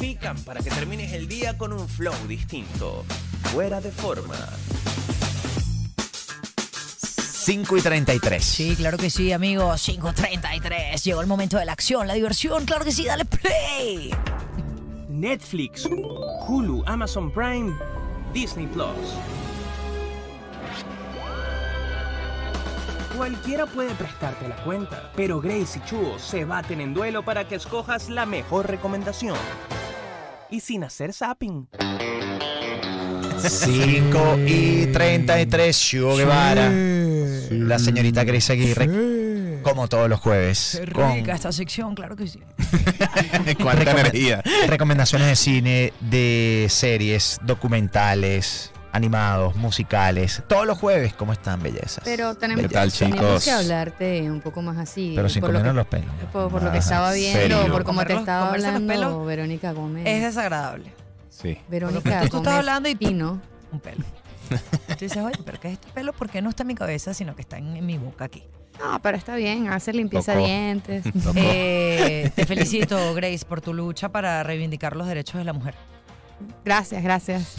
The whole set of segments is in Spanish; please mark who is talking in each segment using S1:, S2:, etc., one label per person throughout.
S1: pican para que termines el día con un flow distinto. Fuera de forma.
S2: 5 y 33.
S3: Sí, claro que sí, amigos. 5.33. Llegó el momento de la acción, la diversión. Claro que sí, dale play.
S1: Netflix, Hulu, Amazon Prime, Disney Plus. Cualquiera puede prestarte la cuenta, pero Grace y Chuo se baten en duelo para que escojas la mejor recomendación. Y sin hacer zapping.
S2: 5 y 33. Shugo Guevara.
S3: Sí.
S2: La señorita Grace Aguirre.
S3: Qué
S2: Como todos los jueves. con
S3: rica esta sección, claro que sí.
S4: Cuánta
S2: Recome-
S4: energía.
S2: Recomendaciones de cine, de series, documentales, animados, musicales. Todos los jueves, ¿cómo están, bellezas?
S5: Pero tenemos,
S4: ¿Qué tal,
S5: tenemos
S4: chicos?
S5: que hablarte un poco más así.
S2: Pero sin Ah,
S5: por lo, que,
S2: comernos los pelos.
S5: por, por lo que
S2: Ajá,
S5: estaba viendo,
S4: serio.
S5: por cómo te
S3: Comerlos-
S5: estaba
S3: comerse los
S5: hablando
S3: pelos
S5: Verónica Gómez.
S3: Es desagradable.
S4: Sí.
S5: Verónica
S3: Tú- tú
S5: Gómez
S3: estás hablando y-
S5: Pino.
S3: Un pelo. Tú dices, oye, ¿pero qué es este pelo? ¿Por qué no está en mi cabeza, sino que está en, en mi boca aquí?
S5: No, pero está bien, hace limpieza
S4: Tocó.
S5: de dientes.
S4: Tocó.
S3: Eh, te felicito, Grace, por tu lucha para reivindicar los derechos de la mujer.
S5: Gracias, gracias.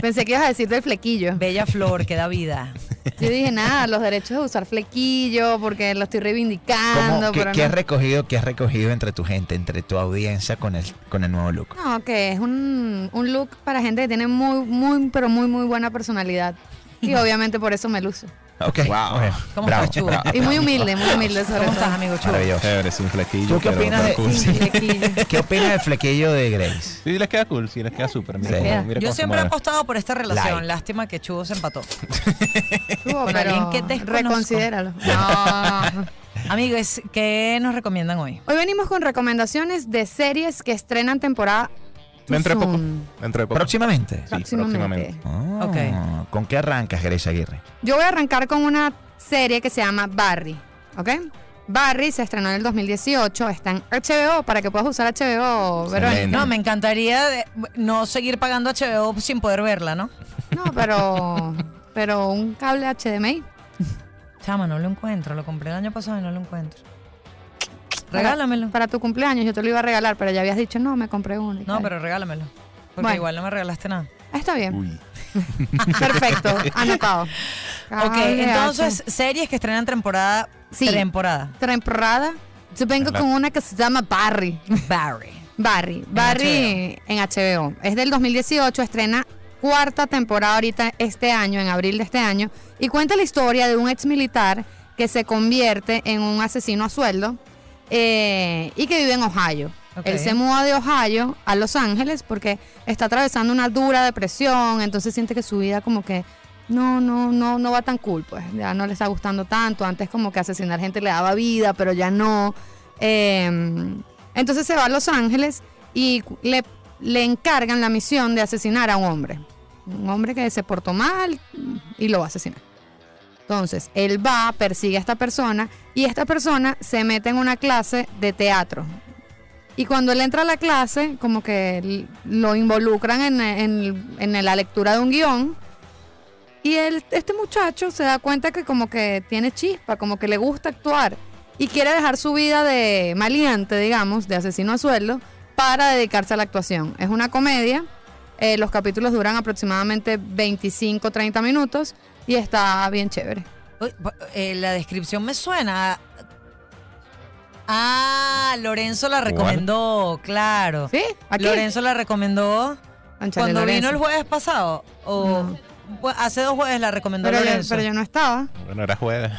S5: Pensé que ibas a decir del flequillo.
S3: Bella flor que da vida.
S5: Yo dije, nada, los derechos de usar flequillo, porque lo estoy
S2: ¿Cómo-
S5: reivindicando.
S2: qué,
S5: pero
S2: qué
S5: no.
S2: has recogido, qué has recogido entre tu gente, entre tu audiencia con el, con el nuevo look?
S5: No, que es un, un look para gente que tiene muy, muy, pero muy, muy buena personalidad. Y obviamente por eso me luzo.
S2: Ok.
S4: Wow.
S2: ok,
S3: ¿Cómo
S2: bravo,
S3: estás, Chu?
S2: bravo,
S5: Y muy humilde, muy humilde sobre
S3: ¿Cómo
S5: todo.
S3: estás, amigo Chu?
S2: Maravilloso.
S4: Chévere, sin flequillo.
S2: ¿Tú qué
S4: pero
S2: opinas
S4: tan
S2: de-
S4: cool,
S5: Sin
S4: sí.
S5: flequillo.
S2: ¿Qué opinas del flequillo de Grace?
S4: Sí, les queda cool, sí, les queda súper. Mira,
S2: Sí.
S4: cómo- mira
S3: Yo
S4: cómo se
S3: siempre he
S4: mueve.
S3: apostado por esta relación.
S2: Like.
S3: Lástima que Chubo se empató.
S5: Estuvo,
S3: Con
S5: pero
S3: alguien que desconozco.
S5: reconsidéralo. No.
S3: Amigos, Ah. ¿qué nos recomiendan hoy?
S5: Hoy venimos con recomendaciones de series que estrenan temporada.
S4: Dentro de poco.
S5: soon.
S4: Dentro de poco.
S2: Próximamente.
S4: Sí,
S5: Próximamente.
S2: Ah,
S3: Ok.
S2: ¿Con qué arrancas, Grace Aguirre?
S5: Yo voy a arrancar con una serie que se llama Barry, ¿ok? Barry se estrenó en el 2018, está en HBO para que puedas usar HBO, Verónica.
S4: Excelente.
S3: No, me encantaría de- no seguir pagando HBO sin poder verla, ¿no?
S5: No, pero, pero un cable HDMI.
S3: Chama, no lo encuentro. Lo compré el año pasado y no lo encuentro. Regálamelo.
S5: Para tu cumpleaños, yo te lo iba a regalar, pero ya habías dicho, no, me compré uno. y
S3: No,
S5: tal".
S3: pero regálamelo. Porque
S5: Bueno.
S3: igual no me regalaste nada.
S5: Ah, Está bien,
S4: Uy.
S5: perfecto, anotado.
S3: Ok,
S5: Cable
S3: entonces, series que estrenan temporada.
S5: Ah, Sí.
S3: Temporada.
S5: H- Temporada, yo vengo
S4: Claro.
S5: con una que se llama Barry.
S3: Barry.
S5: Barry. Barry en HBO. Es del 2018, estrena cuarta temporada ahorita este año, en abril de este año, y cuenta la historia de un ex militar que se convierte en un asesino a sueldo eh, y que vive en Ohio.
S3: Ok.
S5: Él se muda de Ohio a Los Ángeles porque está atravesando una dura depresión, entonces siente que su vida como que no, no, no, no va tan cool, pues ya no le está gustando tanto. Antes como que asesinar gente le daba vida, pero ya no. Eh, entonces se va a Los Ángeles y cu- le, le encargan la misión de asesinar a un hombre. Un hombre que se portó mal y lo va a asesinar. Entonces, él va, persigue a esta persona y esta persona se mete en una clase de teatro. Y cuando él entra a la clase, como que l- lo involucran en, en- en la lectura de un guión. Y él, este muchacho se da cuenta que como que tiene chispa, como que le gusta actuar. Y quiere dejar su vida de maleante, digamos, de asesino a sueldo, para dedicarse a la actuación. Es una comedia. eh, los capítulos duran aproximadamente 25, 30 minutos. Y está bien chévere.
S3: Uy, pa- eh, la descripción me suena. Ah, Lorenzo la recomendó, claro.
S5: ¿Sí? Aquí.
S3: Lorenzo la recomendó
S5: Cónchale,
S3: cuando
S5: Lorenzo.
S3: vino el jueves pasado. O bu- hace dos jueves la recomendó
S5: Pero yo,
S3: Lorenzo.
S5: pero yo no estaba.
S4: Bueno, era jueves.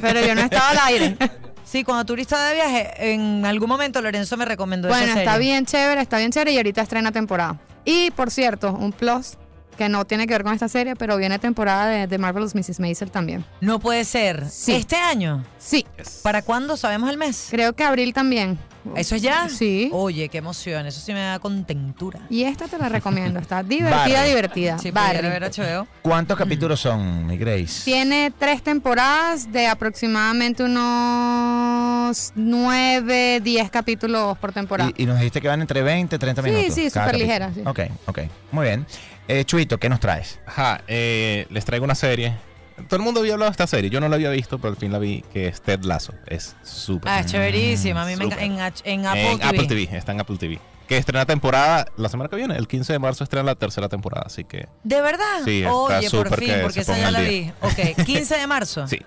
S5: Pero yo no estaba al aire.
S3: Sí, cuando turista de viaje, en algún momento Lorenzo me recomendó esa
S5: Bueno, está
S3: serie.
S5: bien chévere, está bien chévere y ahorita estrena temporada. Y por cierto, un plus que no tiene que ver con esta serie, pero viene temporada de, de Marvelous Mrs. Maisel también.
S3: No puede ser.
S5: Sí.
S3: Este año.
S5: Sí,
S3: ¿Para cuándo sabemos el mes?
S5: creo que abril también.
S3: ¿Eso es ya? Oh.
S5: Sí.
S3: Oye, qué emoción. Eso sí me da contentura.
S5: Y esta te la recomiendo, está divertida,
S2: Barry.
S5: divertida.
S3: Sí,
S5: Barry.
S3: pudiera ver HBO.
S4: Pues
S2: ¿Cuántos capítulos son, mi Grace?
S5: Tiene tres temporadas de aproximadamente unos nueve, diez capítulos por temporada.
S2: Y, y nos dijiste que van entre 20 y 30
S5: Sí,
S2: minutos.
S5: sí,
S2: cada
S5: súper
S2: capítulo.
S5: ligera, sí.
S2: Ok, ok. Muy bien. Eh, Chuito, ¿qué nos traes?
S4: Ajá, eh, les traigo una serie. todo el mundo había hablado de esta serie. Yo no la había visto, pero al fin la vi, que es Ted Lasso. Es súper.
S3: Ah, es chéverísima. A mí me
S4: Súper.
S3: encanta. En, H- en Apple,
S4: en
S3: TV.
S4: Apple TV, está en Apple TV. Que estrena temporada la semana que viene, el 15 de marzo estrena la tercera temporada, así que
S3: ¿De verdad?
S4: Sí, está
S3: Oye, por
S4: súper
S3: fin,
S4: que
S3: porque
S4: se
S3: esa ya
S4: ponga
S3: la
S4: al
S3: vi.
S4: día.
S3: Ok, 15 de marzo.
S4: sí.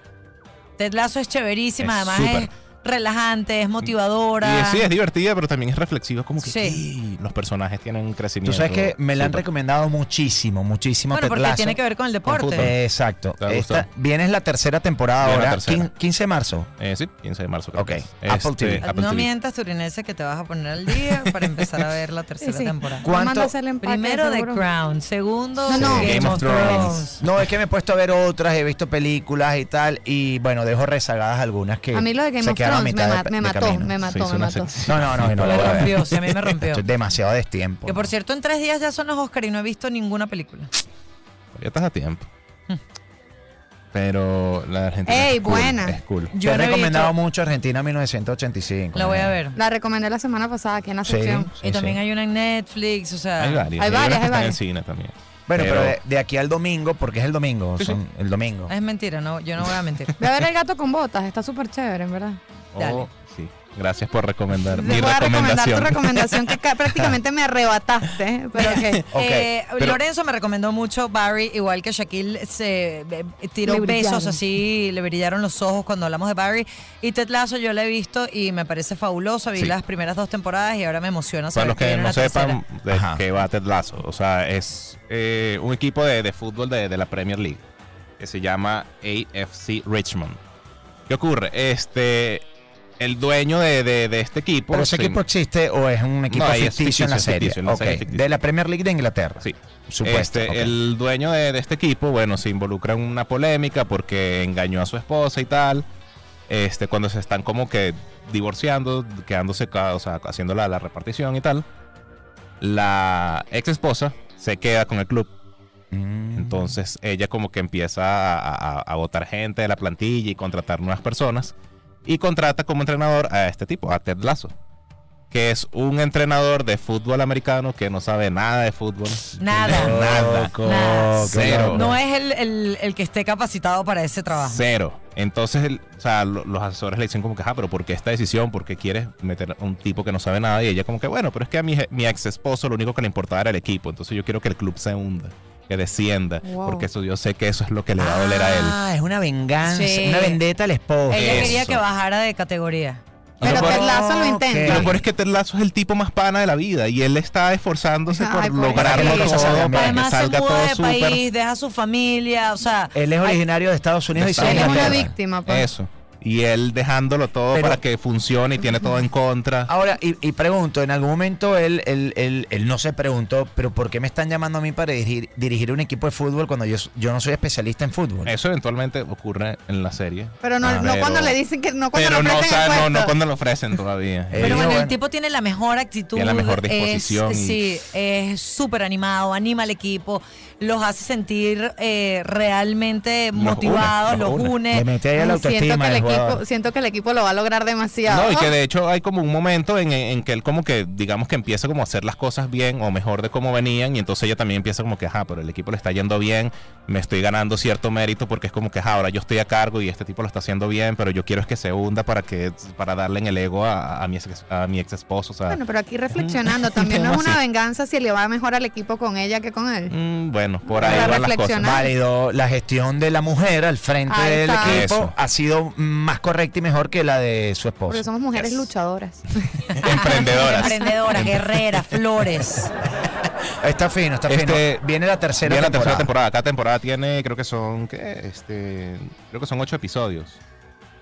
S3: Ted Lasso es chéverísima,
S4: Es
S3: además
S4: súper.
S3: es relajante, es motivadora.
S4: Y es- sí, es divertida, pero también es reflexiva, como que
S3: Sí.
S4: sí, los personajes tienen un crecimiento.
S2: Tú sabes que me la han
S4: súper.
S2: recomendado muchísimo, muchísimo
S3: bueno,
S2: Ted
S3: porque
S2: Lasso.
S3: tiene que ver con el deporte.
S4: fútbol.
S2: Eh, Exacto.
S4: Te va a
S2: Esta-
S4: gustar.
S2: viene la tercera temporada
S4: Viene la
S2: ahora,
S4: tercera.
S2: quin- 15 de marzo.
S4: Eh, sí, 15 de marzo. creo
S2: Ok,
S4: que es. Este,
S2: Apple TV.
S3: no
S4: Apple TV.
S3: mientas, Turinense, que te vas a poner al día para empezar a ver la tercera
S5: Sí, sí.
S3: temporada.
S2: ¿Cuánto?
S5: Amanda es el empaque,
S3: Primero The
S5: seguro.
S3: Crown, segundo
S5: No, no.
S3: Game,
S4: Game
S3: of
S4: of
S3: Thrones.
S4: Thrones.
S2: No, es que me he puesto a ver otras, he visto películas y tal, y bueno, dejo rezagadas algunas que
S5: A mí lo de Game
S2: se
S5: of
S2: quedaron a
S5: Thrones me,
S2: mitad de
S5: ma-
S2: pe-
S5: me
S2: de
S5: mató,
S2: camino.
S5: me
S4: Se
S5: mató,
S4: hizo
S5: me
S4: una
S5: mató.
S4: sección.
S2: No, no, no, y no la
S3: Me
S2: voy a ver.
S3: rompió, sí, a mí me rompió.
S2: Estoy demasiado a destiempo.
S3: Que por cierto, en tres días ya son los Oscar y no he visto ninguna película.
S4: Ya estás a tiempo.
S3: Hmm.
S4: Pero la de Argentina.
S5: Ey,
S4: es cool,
S5: buena.
S4: Es cool.
S2: Te he
S3: no he
S2: recomendado
S3: visto-
S2: mucho Argentina 1985.
S3: La voy a
S2: ¿no?
S3: ver.
S5: La recomendé la semana pasada aquí en la
S2: Sí,
S5: sección.
S2: sí,
S3: Y también
S2: sí.
S3: hay una en Netflix, o sea.
S4: Hay varias.
S5: Hay varias,
S4: unas
S5: hay
S4: que están en
S5: varias.
S4: cine también.
S2: Bueno, pero,
S4: pero-
S2: de, de aquí al domingo, porque es el domingo,
S4: Sí, sí.
S2: son el domingo.
S3: Es mentira, no, yo no voy a mentir.
S5: Voy a ver el gato con botas, está súper chévere, en verdad.
S4: O-
S3: Dale.
S4: Oh, sí. Gracias por recomendar
S5: Te
S4: mi
S5: voy a recomendar tu
S4: recomendación.
S5: recomendación que ca- prácticamente me arrebataste, pero que
S2: Ok,
S3: Eh,
S4: pero-
S3: Lorenzo me recomendó mucho Barry, igual que Shaquille se eh, tiró
S5: Le brillaron.
S3: besos así, le brillaron los ojos cuando hablamos de Barry. Y Ted Lasso yo la he visto y me parece fabulosa. Vi
S4: Sí.
S3: las primeras dos temporadas y ahora me emociona
S4: Para
S3: saber
S4: los
S3: que
S4: que
S3: viene
S4: no
S3: una
S4: sepan
S3: tercera.
S4: de
S2: Ajá.
S4: qué va Ted Lasso, o sea, es eh, un equipo de, de fútbol de, de la Premier League que se llama AFC Richmond. ¿Qué ocurre? Este, el dueño de, de- de este equipo.
S2: ¿Pero ese
S4: se-
S2: equipo existe o es un equipo
S4: No, ahí
S2: ficticio, en
S4: es
S2: la
S4: ficticio,
S2: serie?
S4: ficticio, en la
S2: Ok,
S4: serie es ficticio.
S2: De la Premier League de Inglaterra.
S4: Sí.
S2: Supuesto.
S4: Este,
S2: ok.
S4: El dueño de, de este equipo, bueno, se involucra en una polémica porque engañó a su esposa y tal. Este, cuando se están como que divorciando, quedándose, ca- o sea, haciendo la, la repartición y tal, la ex esposa se queda con el club.
S2: Mm.
S4: Entonces ella como que empieza a, a- a votar gente de la plantilla y contratar nuevas personas. Y contrata como entrenador a este tipo, a Ted Lasso. Que es un entrenador de fútbol americano que no sabe nada de fútbol.
S3: Nada.
S4: Nada.
S2: Loco,
S3: Nada.
S2: qué
S4: Cero.
S2: loco.
S3: No es el, el- el que esté capacitado para ese trabajo.
S4: Cero. Entonces, el- o sea, lo- los asesores le dicen como que, ah, pero ¿por qué esta decisión? ¿Por qué quieres meter a un tipo que no sabe nada? Y ella como que, bueno, pero es que a mi, je- mi ex esposo lo único que le importaba era el equipo. Entonces yo quiero que el club se hunda, que descienda.
S5: Wow.
S4: Porque eso yo sé que eso es lo que le va a doler a él.
S2: Ah, es una venganza,
S3: Sí.
S2: una vendetta al esposo.
S3: Ella quería
S4: Eso.
S3: que bajara de categoría.
S5: pero
S4: Pero-
S5: que el lazo lo
S2: Ok.
S5: intenta.
S4: Pero por es que Ted Lasso es el tipo más pana de la vida y él está esforzándose
S5: Ay,
S4: por
S5: pobre.
S4: lograrlo
S2: Para que las
S4: todo
S2: cosas salgan bien.
S4: para que
S3: Además se
S4: salga
S3: muda
S4: todo
S3: de
S4: súper.
S3: país, deja a su familia, o sea,
S2: Él es originario de Estados Unidos y
S4: de
S2: se
S5: Él es
S4: Estados
S5: una
S4: Inglaterra.
S5: víctima, pues.
S4: Eso. Y él dejándolo todo
S2: Pero-
S4: para que funcione y tiene todo en contra.
S2: Ahora, y, y pregunto, en algún momento él, él, él- él no se preguntó, pero ¿por qué me están llamando a mí para dirigir, dirigir un equipo de fútbol cuando yo, s- yo no soy especialista en fútbol?
S4: Eso eventualmente ocurre en la serie.
S5: Pero no,
S2: Ah,
S5: no
S4: pero-
S5: cuando le dicen que no cuando
S4: oh. Pero
S5: le
S4: no, o
S5: ofrecen el
S4: sea, no,
S5: puesto.
S4: no cuando lo ofrecen todavía.
S2: Eh,
S3: Pero
S2: digo,
S3: bueno, el
S2: bueno.
S3: tipo tiene la mejor actitud.
S4: Tiene la mejor
S3: es-
S4: disposición y-
S3: sí, es súper animado, anima al equipo, los hace sentir eh, realmente
S4: Los une,
S3: motivados,
S4: los
S3: los
S4: une.
S2: Le
S3: une.
S2: metí ahí a la
S5: Ay, mm, siento,
S2: autoestima
S5: que el
S2: del
S5: equipo,
S2: jugador.
S5: siento que el equipo lo va a lograr demasiado.
S4: No, y que de hecho hay como un momento en, en que él como que, digamos que empieza como a hacer las cosas bien o mejor de cómo venían y entonces ella también empieza como que, ajá, pero el equipo le está yendo bien, me estoy ganando cierto mérito porque es como que, ajá, ahora yo estoy a cargo y este tipo lo está haciendo bien, pero yo quiero es que se hunda para que para darle en el ego a, a mi, ex, a mi ex esposo, o sea,
S5: Bueno, pero aquí reflexionando, también no es
S4: tema
S5: una
S4: así.
S5: venganza si le va mejor al equipo con ella que con él.
S4: mm, bueno, por
S5: Para
S4: ahí van las
S5: reflexionar.
S4: cosas.
S2: Válido, la gestión de la mujer al frente
S5: Ahí
S2: del
S5: está.
S2: equipo
S4: Eso.
S2: ha sido más correcta y mejor que la de su esposo.
S5: Porque somos mujeres
S4: yes.
S5: luchadoras.
S4: Emprendedoras.
S3: Emprendedora, guerrera, flores.
S2: Está fino, está fino.
S4: Este,
S2: Viene la tercera
S4: Viene
S2: temporada.
S4: la tercera temporada. Cada temporada tiene, creo que son, ¿qué? Este, creo que son ocho episodios.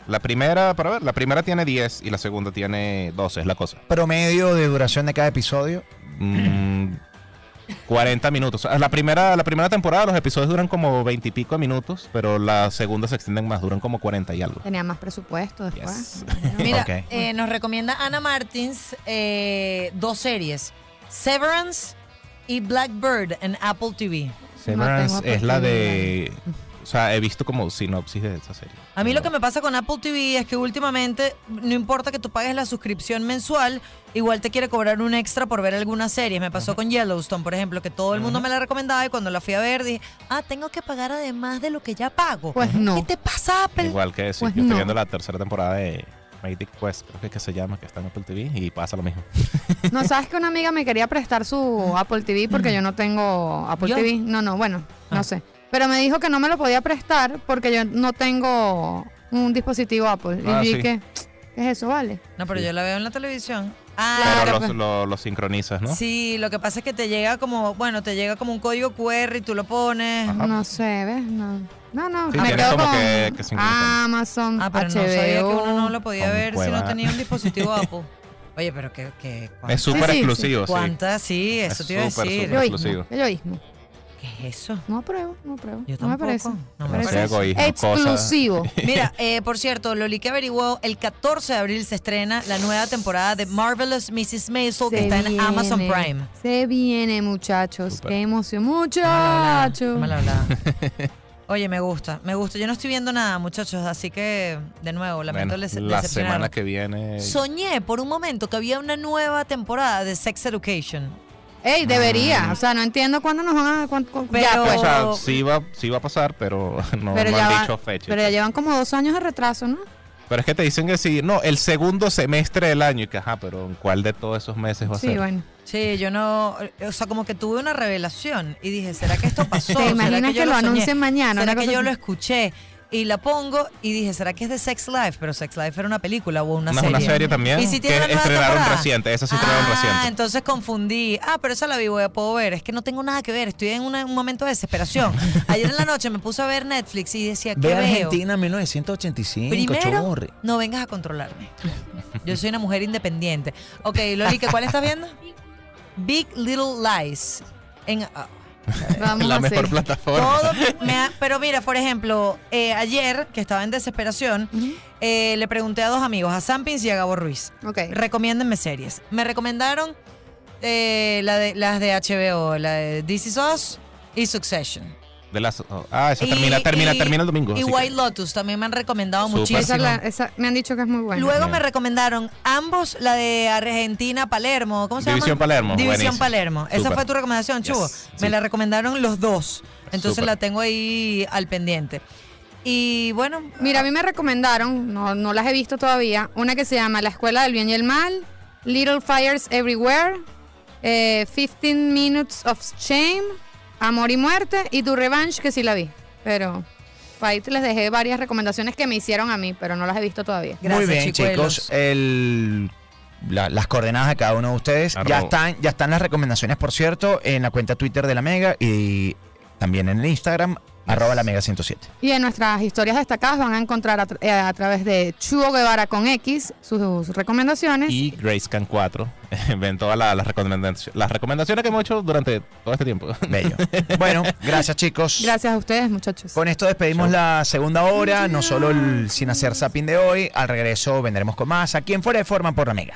S4: La primera, para ver, la primera tiene 10 y la segunda tiene 12, es la cosa.
S2: Promedio de duración de cada episodio.
S4: Mm, 40 minutos. Ah, La primera, la primera temporada los episodios duran como 20 y pico de minutos, pero la segunda se extienden más, duran como 40 y algo.
S5: Tenía más presupuesto después.
S4: Yes.
S3: Mira,
S2: Ok.
S3: eh, nos recomienda Ana Martins eh, dos series, Severance y Blackbird en Apple TV.
S5: Severance
S4: es la de O sea, he visto como sinopsis de esa serie.
S3: A mí lo que me pasa con Apple TV es que últimamente, no importa que tú pagues la suscripción mensual, igual te quiere cobrar un extra por ver algunas series. Me pasó con Yellowstone, por ejemplo, que todo el mundo me la recomendaba y cuando la fui a ver dije, ah, tengo que pagar además de lo que ya pago.
S5: Pues no.
S3: ¿Qué te pasa, Apple?
S4: Igual que sí,
S5: Pues
S4: yo estoy
S5: no.
S4: viendo la tercera temporada de Magic Quest, creo que es que se llama, que está en Apple TV, y pasa lo mismo.
S5: No, sabes que una amiga me quería prestar su Apple TV porque yo no tengo Apple
S3: ¿Yo?
S5: TV. No, no, bueno,
S3: Ah.
S5: no sé. Pero me dijo que no me lo podía prestar porque yo no tengo un dispositivo Apple. y
S4: Ah,
S5: yo
S4: sí.
S5: dije, ¿qué es eso? Vale.
S3: No, pero yo la veo en la televisión.
S5: Claro,
S3: Ah,
S4: Pero los-
S5: pues.
S4: lo, lo sincronizas, ¿no?
S3: sí, lo que pasa es que te llega como, bueno, te llega como un código QR y tú lo pones.
S4: Ajá.
S5: No sé, ¿ves? No, no, no
S4: Sí,
S5: me
S4: tienes
S5: quedo
S4: como
S5: con
S4: que- que sincronizar.
S5: Amazon,
S3: Ah, pero
S5: HBO.
S3: no sabía que uno no lo podía
S4: Con
S3: ver si
S4: cueva.
S3: no tenía un dispositivo Apple. Oye, pero que... que cuánta-
S4: Es súper
S5: sí, sí.
S4: exclusivo, sí.
S3: ¿Cuánta? Sí, eso
S4: Es
S3: te iba a
S4: súper,
S3: decir.
S4: súper.
S5: Egoísmo,
S4: exclusivo.
S5: egoísmo.
S3: ¿Qué es eso?
S5: No apruebo, no apruebo.
S3: Yo
S5: no me
S3: tampoco.
S5: parece.
S3: No me
S4: No sea
S3: parece.
S4: egoísmo, cosa.
S5: Exclusivo.
S3: Mira, eh, por cierto, Loli que averiguó, el 14 de abril se estrena la nueva temporada de Marvelous Mrs. Maisel que
S5: Se
S3: está en Amazon
S5: viene,
S3: Prime.
S5: Se viene, muchachos.
S4: Súper.
S5: Qué emoción.
S3: Mal hablada,
S5: Muchachos.
S3: mal hablada. Oye, me gusta, me gusta. Yo no estoy viendo nada, muchachos, así que de nuevo, lamento
S4: Bueno,
S3: les
S4: la semana
S3: decepcionar.
S4: que viene.
S3: Soñé por un momento que había una nueva temporada de Sex Education.
S5: Ey, debería. O sea, no entiendo cuándo nos van a. cuán- cu- ya,
S3: Pero-
S5: pues.
S4: O sea, sí va, sí va a pasar, pero no,
S5: Pero
S4: no
S5: ya
S4: han
S5: va-
S4: dicho fecha.
S5: Pero ya llevan como dos años de retraso, ¿no?
S4: Pero es que te dicen que sí, no, el segundo semestre del año. Y que, ajá, pero ¿en cuál de todos esos meses va a
S5: Sí,
S4: ser?
S5: bueno.
S3: Sí, yo no, o sea, como que tuve una revelación y dije, ¿será que esto pasó?
S5: ¿Te
S3: ¿Será
S5: imaginas que,
S3: yo
S5: lo
S3: soñé?
S5: anuncien mañana?
S3: ¿Será
S5: Ah, Una
S3: que
S5: cosa
S3: yo lo
S5: así.
S3: escuché? Y la pongo y dije, ¿será que es de Sex Life? Pero Sex Life era una película o una
S4: No, es
S3: serie.
S4: una serie también
S3: ¿Y si
S4: que
S3: tiene la nueva
S4: estrenaron
S3: temporada?
S4: reciente. Esa sí estrenaron
S3: Ah,
S4: reciente.
S3: entonces confundí. Ah, pero esa la vi, voy a puedo ver. Es que no tengo nada que ver. Estoy en una- un momento de desesperación. Ayer en la noche me puse a ver Netflix y decía, ¿qué
S2: Ve a
S3: veo?
S2: Argentina 1985,
S3: Primero,
S2: chomorre.
S3: no vengas a controlarme. Yo soy una mujer independiente. Ok, Loli, ¿qué cuál estás viendo? Big Little Lies. En, ah,
S5: Vamos
S4: La
S5: a
S4: mejor
S5: hacer.
S4: plataforma.
S3: todo me ha- pero mira, por ejemplo, eh, ayer, que estaba en desesperación, eh, le pregunté a dos amigos, a Sampins y a Gabo Ruiz,
S5: Ok.
S3: recomiéndenme series. Me recomendaron eh, la de, las de HBO, la de This Is Us y Succession.
S4: De las- oh, ah, esa
S3: Y-
S4: termina, termina,
S3: y-
S4: termina el domingo.
S3: Y
S4: así que-
S3: White Lotus también me han recomendado
S4: Súper.
S3: muchísimo.
S5: Esa es la- esa- me han dicho que es muy buena.
S3: Luego
S4: Bien.
S3: me recomendaron ambos la de Argentina Palermo. ¿Cómo se
S4: División
S3: llama?
S4: Palermo,
S3: División
S4: buenísimo.
S3: Palermo. Esa
S4: Súper.
S3: fue tu recomendación, Chubo.
S4: Yes,
S3: Me
S4: sí.
S3: la recomendaron los dos. Entonces
S4: Súper.
S3: la tengo ahí al pendiente. Y bueno,
S5: Mira, a mí me recomendaron, no, no las he visto todavía, una que se llama La Escuela del Bien y el Mal, Little Fires Everywhere, eh, 15 Minutes of Shame, Amor y Muerte y Tu Revenge, que sí la vi. Pero ahí te les dejé varias recomendaciones que me hicieron a mí, pero no las he visto todavía.
S2: Muy
S3: gracias,
S2: bien,
S3: chicuelos.
S2: chicos. El- la- las coordenadas de cada uno de ustedes. Ya
S4: Arroba.
S2: están, ya están las recomendaciones, por cierto, en la cuenta Twitter de la Mega y también en el Instagram, arroba la Mega 107.
S5: Y en nuestras historias destacadas van a encontrar a, tra- eh, a través de Chugo Guevara con X sus, sus recomendaciones.
S4: Y Grace Can 4. Ven todas la- las, recomendaciones, las recomendaciones que hemos hecho durante todo este tiempo.
S2: Bello. bueno, gracias, chicos.
S5: Gracias a ustedes, muchachos.
S2: Con esto despedimos la segunda hora, no solo el sin hacer zapping de hoy. Al regreso vendremos con más aquí en Fuera de Forma por la Mega.